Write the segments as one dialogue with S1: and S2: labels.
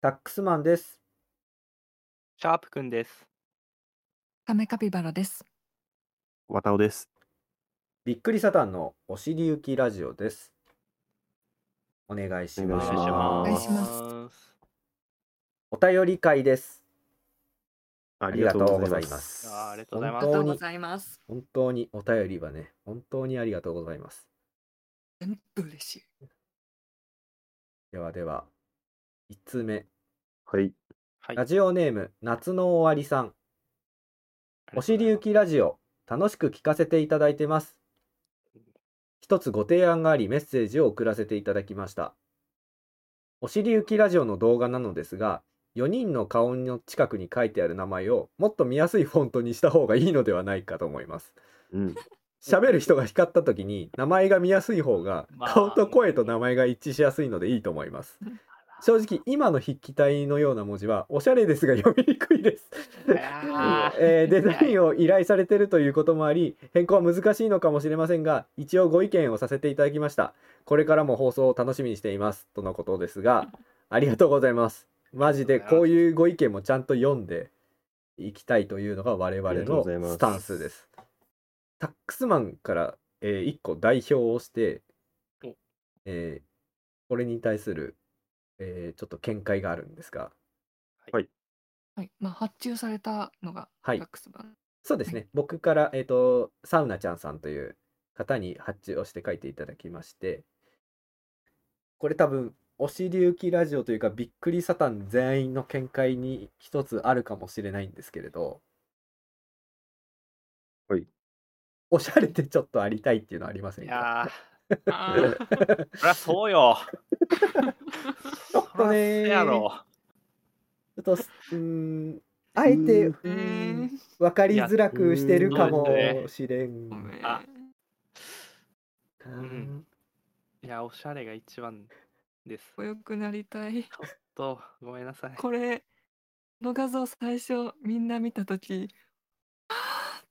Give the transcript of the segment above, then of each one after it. S1: タックスマンです。
S2: シャープくんです。
S3: カメカピバラです。
S4: わたおです。
S1: びっくりサタンのお尻行きラジオです。お願いし
S4: お
S1: ます。
S4: 願いしま
S3: お願いします。
S2: す。
S1: お便り会です。
S4: あ
S1: ありがとうございま。す。
S2: あーありがとうございま
S3: あ
S2: す
S3: りがとうご
S1: 本当に本当
S3: ざいます。
S1: にお便りはね、本当にありがとうございます。
S3: 全部嬉しい。
S1: ではでは、1通目、
S4: はい。
S2: はい。
S1: ラジオネーム夏の終わりさん。お尻行きラジオ、楽しく聞かせていただいてます。一つご提案がありメッセージを送らせていただきました。お尻行きラジオの動画なのですが、4人の顔の近くに書いてある名前をもっと見やすいフォントにした方がいいのではないかと思います。
S4: うん。
S1: 喋る人が光った時に名前が見やすい方が
S2: まあ
S1: 顔と声と名前が一致しやすいのでいいと思います。正直今の筆記体のような文字はおしゃれですが読みにくいです。
S2: あー
S1: えーデザインを依頼されてるということもあり変更は難しいのかもしれませんが一応ご意見をさせていただきましたこれからも放送を楽しみにしていますとのことですがありがとうございますマジでこういうご意見もちゃんと読んでいきたいというのが我々
S4: ありがとうございま
S1: の
S4: す
S1: スタンスですタックスマンから、え1個代表をして
S2: お、
S1: えーこれに対する、えーちょっと見解があるんですが
S3: はい、まあ発注されたのが
S1: は
S3: タ
S1: い
S3: ックス版。
S1: そうですね、僕から、えー、とサウナちゃんさんという方に発注をして書いていただきましてこれ多分お尻浮きラジオというかびっくりサタン全員の見解に一つあるかもしれないんですけれど
S4: はい
S1: おしゃれでちょっとありたいっていうのはありません
S2: い
S1: か
S2: や
S3: あ
S2: ー、
S3: ー
S2: そりゃそうよ。
S1: ちょっとね
S2: そりゃそうや
S1: ち
S2: ろ。
S1: ょっとすうーんあえて
S4: う
S1: う
S3: う
S1: ーん
S3: ーん。
S1: 分かりづらくしてるかも
S2: いやうん
S1: しれん
S3: ごめん
S2: あ
S1: か
S2: んいや、おしゃれが一番です。
S3: かっこよくなりたい。
S2: と、ごめんなさい。
S3: これの画像最初みんな見たとき、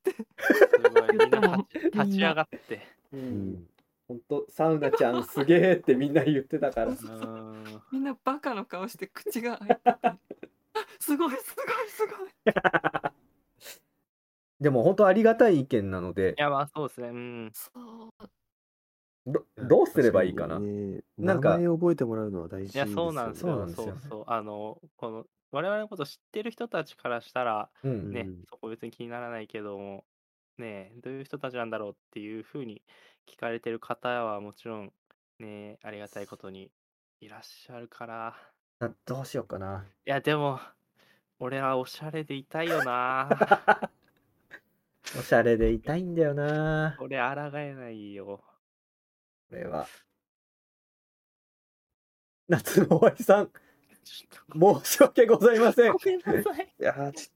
S2: すごい。みん
S3: 言ったも
S2: なん立ち立ち上がって。
S1: う
S4: うんん。
S1: ほんとサウナちゃんすげえってみんな言ってたから
S3: う
S2: うーん。
S3: みんなバカの顔して口が開いてて。あすごいすごいすごい。
S1: でも本当ありがたい意見なので
S2: いや、まあそうですね。うん。
S3: そう。
S1: どどうすればいいかな
S4: 確にね
S1: なんか
S4: 名前を覚えてもらうのは大事
S2: いや、そうなんです
S1: そうな
S2: よ。
S1: んです
S2: そ
S1: よ
S2: うそう。あの、この、我々のこと知ってる人たちからしたら、
S1: うん
S4: うん
S2: ね、そこ別に気にならないけども、ねえ、どういう人たちなんだろうっていうふうに聞かれてる方はもちろん、ねえ、ありがたいことにいらっしゃるから。
S1: などうしようかな
S2: いや、でも、俺はおしゃれでいたいよな。
S1: おしゃれでいたいんだよな
S2: 俺、抗えないよ。
S1: これは夏の終わりさん
S2: ちょっと
S1: 申し訳ございません
S2: ごめんなさい。
S4: いやーち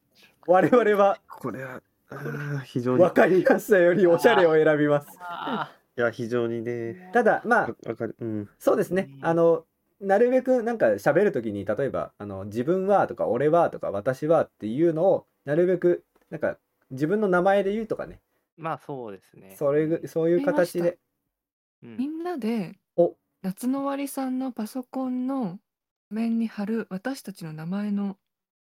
S1: 我々は
S4: これはあー非常にい
S1: 分かりやすさよりおしゃれを選びます
S2: あ
S4: や非常にね
S2: ー
S1: た、だまあ
S4: わわかるうん
S1: そうですね。
S2: うん
S1: あの、なるべくなんか喋るときに、例えば、あの、自分はとか、俺はとか、私はっていうのを、なるべく、なんか、自分の名前で言うとかね、
S2: まあそうですね。
S1: それぐ、そういう形
S3: わか
S1: で
S3: り、
S2: うん
S3: みんなで
S1: お
S3: 夏の終わりさんのパソコンの面に貼る私たちの名前の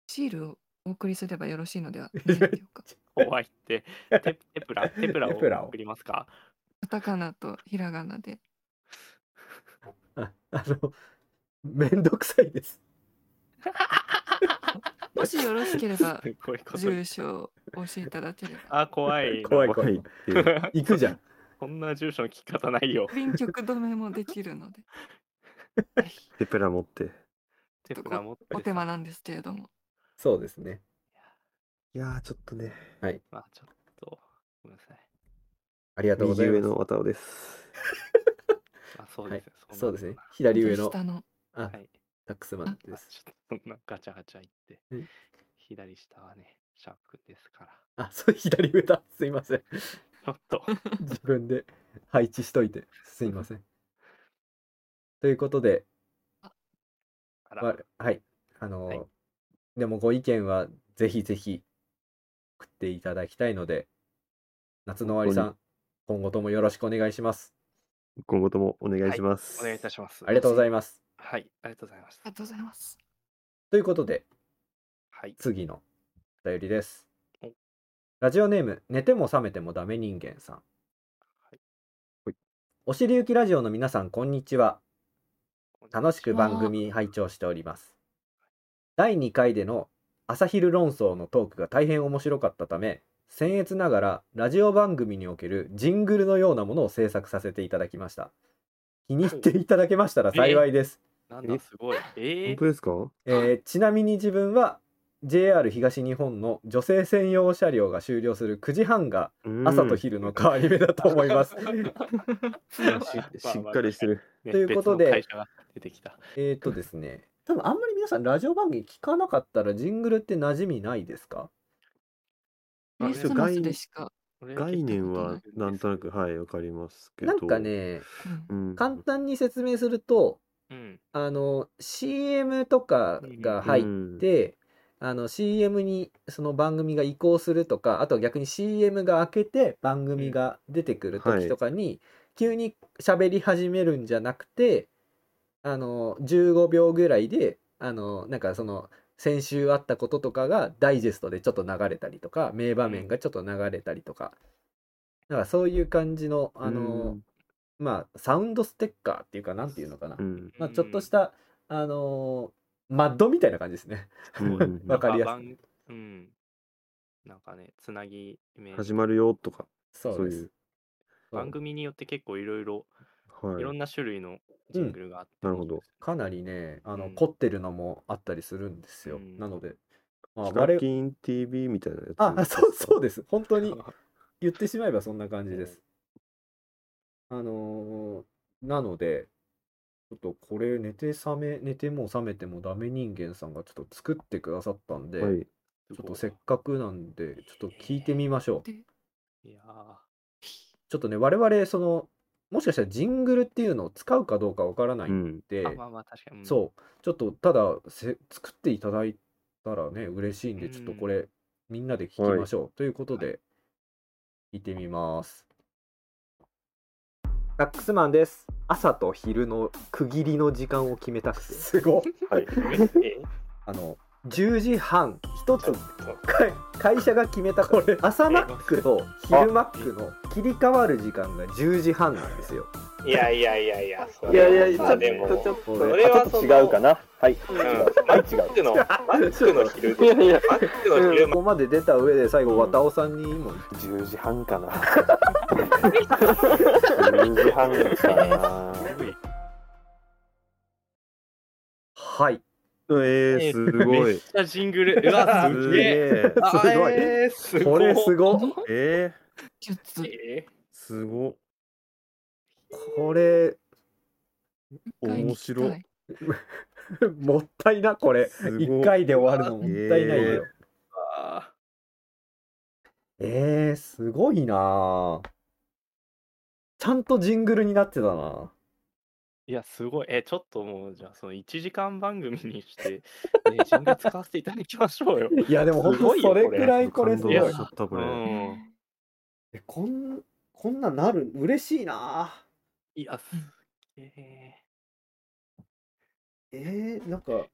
S3: シールをお送りすればよろしい のではないでしょうか。
S2: 怖いって。テテプラ、テプラ
S1: テプラを
S2: を送りますか。
S3: カタカナとひらがなで。
S1: ああ の、めんどくさいです。
S3: もしよろしけれ ば
S2: すごいこと言う。
S3: 住所をお教えいただければ。
S2: あ、怖いな。
S1: 怖い
S4: 怖いって
S1: 行くじゃん。
S2: こんな住所の聞き方ないよ。
S3: 輪曲止めもできる ので、
S4: テプラ持って
S2: テプラ持って
S3: お手間なんですけれども。
S1: そうですね。
S4: いやーちょっとね
S2: まあちょっと、ごめんなさい。
S1: ありがとうござ
S4: 右
S1: い
S4: 上
S1: ます
S4: の。綿尾です
S2: まあそう
S1: は
S2: で
S1: い
S2: すね。んな
S1: そうですね
S2: んだ。
S1: 左上の、
S3: 下の
S1: あ
S2: は、い。
S1: タックスマンで
S2: あ
S1: す。
S2: ちょっとそんなガチャガチャ言って
S1: うん、
S2: 左下はね、シャープですから。
S1: あ、そう、左上だ。すいません。
S2: ちょっと、
S1: 自分で配置しといて。すいません。ということで、
S2: あら、
S1: わはい。あのー、
S2: はい
S1: でもご意見はぜひぜひ送っていただきたいので、夏の終わりさん、今後ともよろしくお願いします。
S4: 今後ともお願いします、
S2: お願いいたします。
S1: ありがとうござい
S2: い
S1: ます。
S2: ます。はい、ありがとうございました
S3: ありが。とうございます。
S1: ということで、
S2: はい。
S1: 次のお便りです
S2: はい。
S1: ラジオネーム、寝ても覚めてもダメ人間さん
S2: はい。
S4: はい
S1: おしりゆきラジオの皆さん、こんにちは。楽しく番
S2: あ
S1: 組拝聴しております。第2回での朝昼論争のトークが大変面白かったため、僭越ながらラジオ番組におけるジングルのようなものを制作させていただきました。気に入っていただけましたら幸いです。
S2: ー。なんだ、すごい。えー
S4: 本当、ですか
S1: えーちなみに自分は JR 東日本の女性専用車両が終了する9時半が朝と昼の変わり目だと思い ます。
S4: うんいやししっかりしてる。
S2: ね
S1: ということで
S2: 別の会社が出てきた。
S1: えっとですね、多分あんまり皆さんラジオ番組聞かなかったらジングルって馴染みないですか
S3: クリスマスでしか。
S4: 概念は
S2: 俺
S4: なんとなく、はい、わかりますけ
S1: な
S4: ど。
S1: んか、ね、
S3: うん
S4: うん、
S1: 簡単に説明すると、
S2: うん。
S1: あの、CM とかが入って、あの CM にその番組が移行するとかあとは逆に CM が明けて番組が出てくる時とかに急に喋り始めるんじゃなくてあの15秒ぐらいであのなんかその先週あったこととかがダイジェストでちょっと流れたりとか名場面がちょっと流れたりとかなんかそういう感じのあのまあサウンドステッカーっていうかなんていうのかな
S4: うん、うん
S1: まあちょっとしたあのマッドみたいな感じですね。
S4: うんうん
S1: わかりやすい
S2: い。うん。なんかね、つなぎ目、
S4: 始まるよとか、
S1: そう
S4: そう
S1: で
S4: い
S1: す
S4: う。。
S1: そう
S2: 番組によって結構いろいろ、
S4: はい
S2: ろ
S4: い。
S2: んな種類のジングルがあって、
S4: なるほど。
S1: かなりねあの、
S2: うん
S1: 凝ってるのもあったりするんですよ、
S2: うん
S1: なので、まあ、我
S4: ヒカ
S1: 々
S4: キン TV みたいなやつ。
S1: あそうそうです本当 に
S2: あ
S1: 言ってしまえばそんな感じです、あのーなのでちょっとこれ寝て覚め寝ても覚めてもダメ人間さんがちょっと作ってくださったんで、
S4: はい。
S1: ちょっとせっかくなんでちょっと聞いてみましょう
S3: で
S2: いや
S1: ちょっとね我々そのもしかしたらジングルっていうのを使うかどうかわからない
S4: うん ん。
S1: で、
S2: ーあまあまあ確かに。うん
S1: そう、ちょっとただせ作っていただいたらね、嬉しいんで、
S2: うん
S1: ちょっとこれ、みんなで聞きましょう。ということで、行ってみます。ダックスマンです。朝と昼の区切りの時間を決めたくて。すご
S4: はい。
S2: え
S1: あの、10時半、一つ会会社が決めたから朝マックと昼マックの切り替わる時間が10時半なんですよ。
S5: いやいやいやいや、そ
S6: いやいや、
S5: れ
S6: ち
S5: は
S6: ょ
S5: まあ
S6: っ
S5: でも、
S6: と、ちょっと、
S1: そ
S5: そ
S6: そ
S5: れは
S6: ちょっと違うか
S5: な。
S6: な。はい。
S5: うん、マ
S6: はい、違
S5: ックの、マックの昼
S6: う。いやいや、
S5: マックの昼
S1: ここまで出た上で最後、綿尾さんにも
S6: 10時半かな。10時半かな。
S1: はい。
S4: えー、すご
S2: めっ
S4: い。
S2: ちゃジングル。うわ、す
S4: す
S2: げえ。
S4: げえ。
S2: あ
S1: すごい
S2: えーす
S1: こ
S2: ご
S1: れ
S2: い。
S1: すごっ
S4: えー、
S3: 術
S2: え
S4: すご。
S1: これ
S4: 面白い。
S1: もったいなこれ
S4: すごい
S1: 一回で終わるのもったいないよ。
S2: ーあ
S1: えー、すごいなあちゃんとジングルになってたな。
S2: ーいや、すごい。え、ちょっともう、じゃあ、その1時間番組に して、ね、ジングル使わせていただきましょうよ。
S1: いやでも本
S2: すご
S1: 当
S2: い
S1: そ
S2: よ
S1: れくらいこれ
S4: 感
S1: す
S4: 動
S1: ごい。
S4: し
S2: や
S4: ちゃった、 これ。
S2: うん
S1: えこんこんなんなる嬉しいない
S2: や、すげえ。
S1: えー、なんか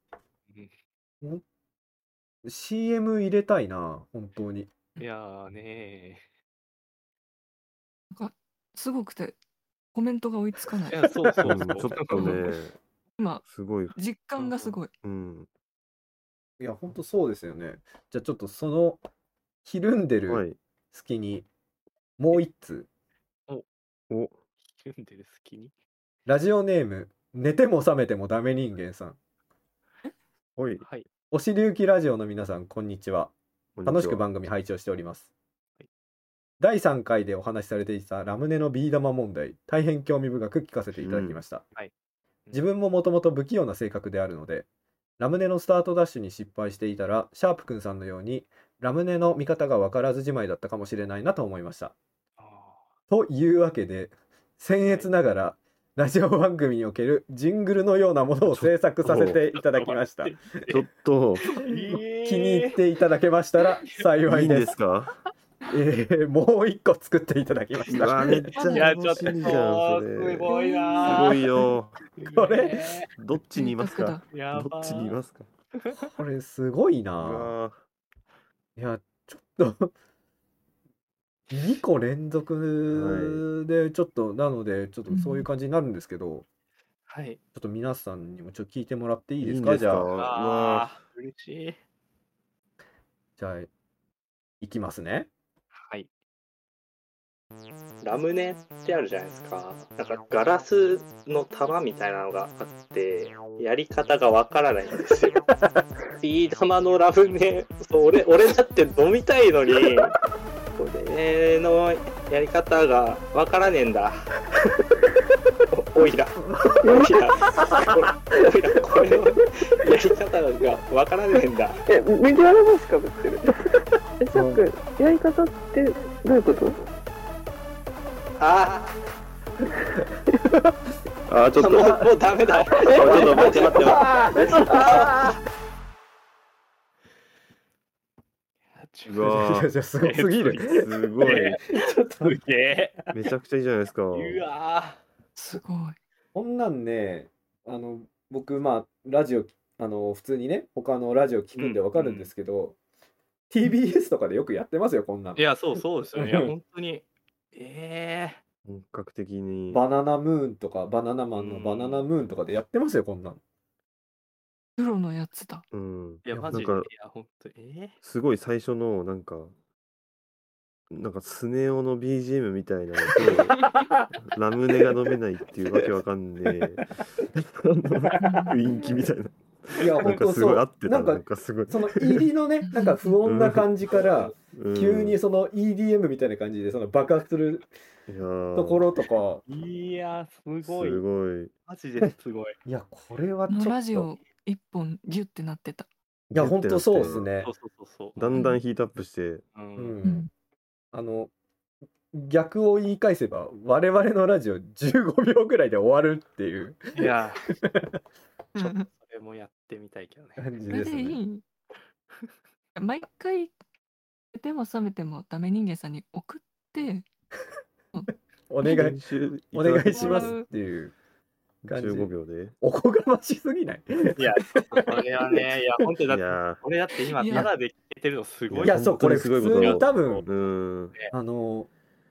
S2: うん
S1: も CM 入れたいな本当に。
S2: いやーね
S3: すごくて、コメントが追いつかな
S2: ー。い
S3: い。
S2: や、そうそう
S4: う
S2: そ
S4: ん
S2: う。
S4: ちょっとね、
S3: 今、
S4: すごい。
S3: 実感がすごい。
S4: うん。
S1: いや本当そうですよね。じゃあちょっとそのひるんで
S4: は
S1: る
S4: い。
S1: 隙に、もう一通。
S4: お、
S2: ひるんでる隙に。
S1: ラジオネーム寝ても覚めてもダメ人間さん
S4: はい。
S2: はい。
S1: おしりゆきラジオの皆さんこんにちは楽しく
S4: 番
S1: 番組拝聴しております
S2: はい
S1: 第3回でお話しされていたラムネのビー玉問題大変興味深く聞かせていただきました、
S2: はい
S1: 自分ももともと不器用な性格であるのでラムネのスタートダッシュに失敗していたらシャープくんさんのようにラムネの見方が分からずじまいだったかもしれないなと思いました
S2: あ
S1: というわけで僭越ながら、ラジオ番組におけるジングルのようなものを制作させていただきました
S2: ち
S4: 組。 ちょっと、
S1: 気に入っていただけましたら幸
S4: い
S1: い
S4: いん
S1: です
S4: ですか
S1: えーもう一個作っていただきまし
S4: う
S1: た
S4: わ、めっちゃ
S2: いや、ちょ
S4: 楽
S2: っ
S4: し
S2: と、
S4: みじゃん、それ。
S2: す
S4: す
S2: ごいなー。
S4: ごい
S1: こ
S2: すごい
S4: よ。
S2: れ。
S1: れ
S4: どっちにいますか
S2: や
S4: ど
S2: ばー
S4: っちにいますか
S1: これすごいうな。
S4: わ
S1: いや、ちょっと2個連続で、ちょっと、なので、ちょっとそういう感じになるんですけど、
S2: はい。
S1: ちょっと皆さんにもちょっと聞いてもらってい
S4: ー
S1: いですかじゃあ、
S4: うわ
S2: あー、嬉しい。
S1: じゃあ、いきますね。
S2: はい。
S5: ラムネってあるじゃないですか。なんかガラスの玉みたいなのがあって、やり方がわからないんですよ。ビー玉のラムネ、そう俺俺だって飲みたいのに、これのやり方がわからねえんだ。おいら、おいら、おいら、これのやり方がわからねえんだ。
S7: え、麦わらマスかぶってる。え、さ っくん、やり方ってどういうこと
S5: あ
S4: あーち
S5: あ、
S4: ょっと
S5: もうもうダメだ。
S4: ちょっと待って待って待うわ
S1: いや、じゃあすごすぎる。
S4: ってすごい
S2: ちょっとすげえ。
S4: めちゃくちゃいいじゃないですか
S2: うわ
S3: すごい。
S1: こんなんね、あの、僕、まあ、ラジオ、あの、普通にね、他のラジオ聞くんでわかるんですけど、TBS とかでよくやってますよ、こんなん
S2: ー。い。や、そうそうですよね。いや、本当に。ええ
S4: 本格的に
S1: バナナムーンとか、バナナマンのバナナムーンとかでやってますよ、こんなん。
S3: プロのやつだ。
S4: うん
S2: いや、マジで。い
S4: なんか
S2: や、本当に。え
S4: すごい最初のなんかなんかスネ夫の BGM みたいなのと ラムネが飲めないっていうわけわかんね え雰囲気みたいない
S1: や、
S4: なん
S1: 本
S4: か
S1: 当
S4: すご
S1: そ
S4: い合
S1: う
S4: って。た
S1: なん
S4: なん
S1: か、
S4: かすごい
S1: その入りのね、なんか不穏な感じから、
S4: うん
S1: 急にその EDM みたいな感じで、その爆発すると
S4: と
S1: ころとか、
S2: えいや、す
S4: す
S2: ご
S4: ご
S2: い。
S4: い
S2: マジですごい。
S1: いや、これは
S3: あ
S1: ちょっ
S3: の
S1: と。
S3: ラジオ一本ギュってなってた。
S1: いや、本当そうですね
S2: そ。うそうそうそう。
S4: だんだんヒートアップして
S2: う。
S1: うんん。あの、逆を言い返せば、我々のラジオ15秒ぐらいで終わるっていう
S2: いや、
S3: うんうん
S2: それもやってみたいけどね。
S1: 感じ
S3: それ
S1: です
S3: でい
S1: ね。
S3: い毎回でも冷めてもダメ人間さんに送って
S1: お願い
S4: 編、集
S1: お願いしま
S4: い
S1: すっていう
S4: ただ
S1: 感
S4: き
S1: じ
S4: ま。す15秒で
S1: おこがましすぎない
S2: いや、これは ね、いや、本当
S4: い
S2: にだ
S4: や
S2: って、
S4: ー
S2: 俺だって今、
S3: いや
S2: ただで聞けてるのすごい
S1: いや、そう、これ
S4: 本当に
S1: 普
S4: すごいこと
S1: 通に多分、
S4: うん
S1: あの、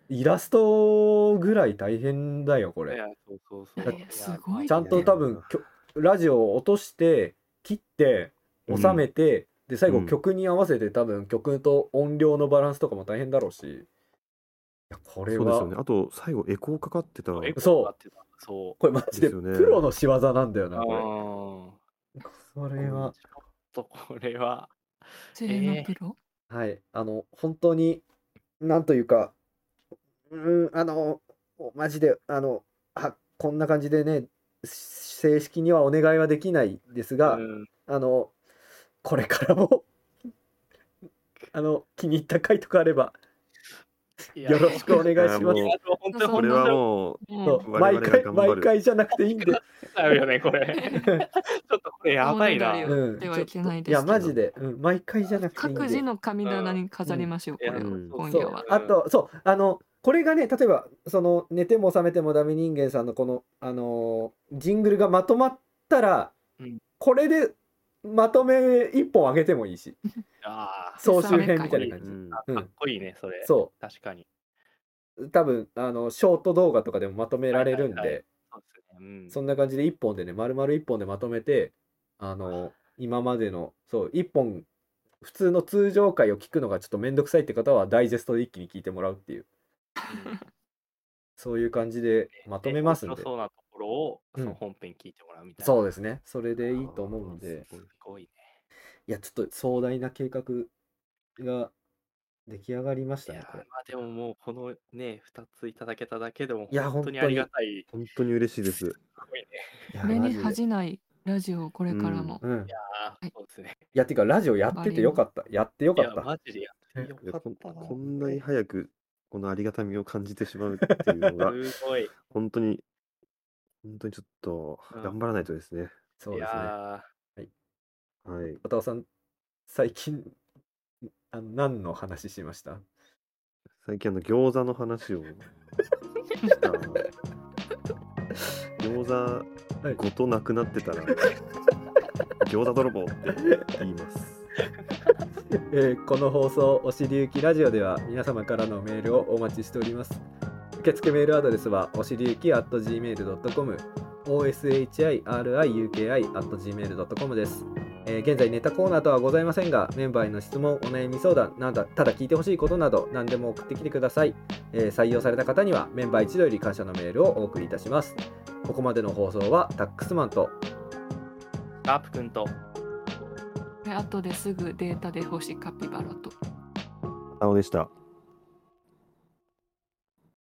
S1: イラストぐらい大変だよ、こ
S2: い
S1: れ。
S2: や、そうそう
S3: い
S2: そ
S3: や
S2: う
S3: いや。すごい
S1: ちゃんと多
S4: いや
S1: 分、きょラジオを落として、切って、収めて、で最
S4: う
S1: 後
S4: ん
S1: 曲に合わせて多分曲と音量のバランスとかも大変だろうしいやこれ
S4: そうです
S1: は
S4: よねあと最後エコーかかってた
S2: エコー
S1: そう
S2: かかってたそ
S1: これマジで
S4: ですよね
S1: プロの仕業なんだよ
S2: う。
S1: な
S2: あ
S1: こ
S2: ー
S1: れそれは
S2: ちょっとこれは。
S3: 精鋭のプロ、
S1: はいあの本当になんというかうーんあのマジであのあこんな感じでねし正式にはお願いはできないですが、
S2: うん
S1: あのこれからもあの気に入った回とかあれば
S2: いや
S1: よろしくお願いします
S2: いや本当に
S3: そう
S4: これはも
S1: そ
S3: も
S1: う
S4: 我々
S1: 毎
S4: が
S1: 回
S4: 頑張る
S1: 毎回じゃなくていいんで、
S2: だよね、こ れ。ちょっとこれやばいな。
S3: 物
S2: い
S3: 語を
S1: うん、
S3: ではいけない
S1: い
S3: です
S1: や
S3: けど
S1: マジで、うん、毎回じゃなくていいんで
S3: 各自の神棚に飾りましょう、
S2: や
S3: これ
S4: う
S3: を今
S4: ん
S1: そ
S3: 夜
S1: う
S3: は。
S1: あとそうあのこれがね例えばその寝ても覚めてもダメ人間さんのこのあのージングルがまとまったら、
S2: うん
S1: これでまとめ一本上げてもいいし
S2: あー
S1: 総集編みたいな
S4: う、
S1: 感じ、
S4: うん
S2: か
S1: うん
S2: っこいいね、それ。
S1: そ
S2: 確かに。
S1: う多分あのショート動画とかでもまとめられるんで、
S2: はいはいはそうですね。うん。
S1: そんな感じで一本でね丸々一本でまとめてあの今までのそう一本普通の通常回を聞くのがちょっと面倒くさいって方はダイジェストで一気に聞いてもらうっていうそういう感じでまとめますん
S2: 面
S1: で
S2: 白そうなところを、
S1: うん
S2: その本編聞いてもらうみたいな。
S1: そう
S2: う
S1: ですねそれでいいと思うんです
S2: ごいね。
S1: いやちょっと壮大な計画が出来上がりまし
S2: い
S1: た
S2: や
S1: ね
S2: ー
S1: これ
S2: まあでももうこのね2ついただけただけでも
S1: いや
S2: 本当
S1: 本
S2: に
S1: 当
S2: あ
S1: に
S2: りがたい
S4: 本当に嬉しいです
S1: いや
S3: 目
S1: マ
S3: に
S1: ジで
S3: 恥じないラジオをこれからも。
S1: うんい
S2: あー
S3: はい
S2: そうですね
S1: やてかラジオやっててよかったやってよ
S2: い
S1: か
S2: や
S1: った
S2: マジでやってよ
S4: いや
S2: か
S4: こん
S2: ったな
S4: こんなに早くこのありがたみを感じてしまうっていう のが
S2: すごい
S4: 本当に本当にちょっと
S2: うん
S4: 頑張らないとですね、
S1: そう
S2: い
S1: ですね
S2: や
S4: はい
S1: 片尾さん最近あの何の話しました
S4: 最近あの餃子の話をした餃子ごとなくなってたら餃子泥棒って言います。
S1: えーこの放送「おしりゆきラジオ」では皆様からのメールをお待ちしております受付メールアドレスはおしりゆき .gmail.com oshiriuki.gmail.com です、えー現在ネタコーナーとはございませんがメンバーへの質問お悩み相談なんだただ聞いてほしいことなど何でも送ってきてください、えー採用された方にはメンバー一同より感謝のメールをお送りいたしますここまでの放送はタックスマンと
S2: ラープくんと
S3: で後ですぐデータで欲しいカピバラと。
S4: あのでした。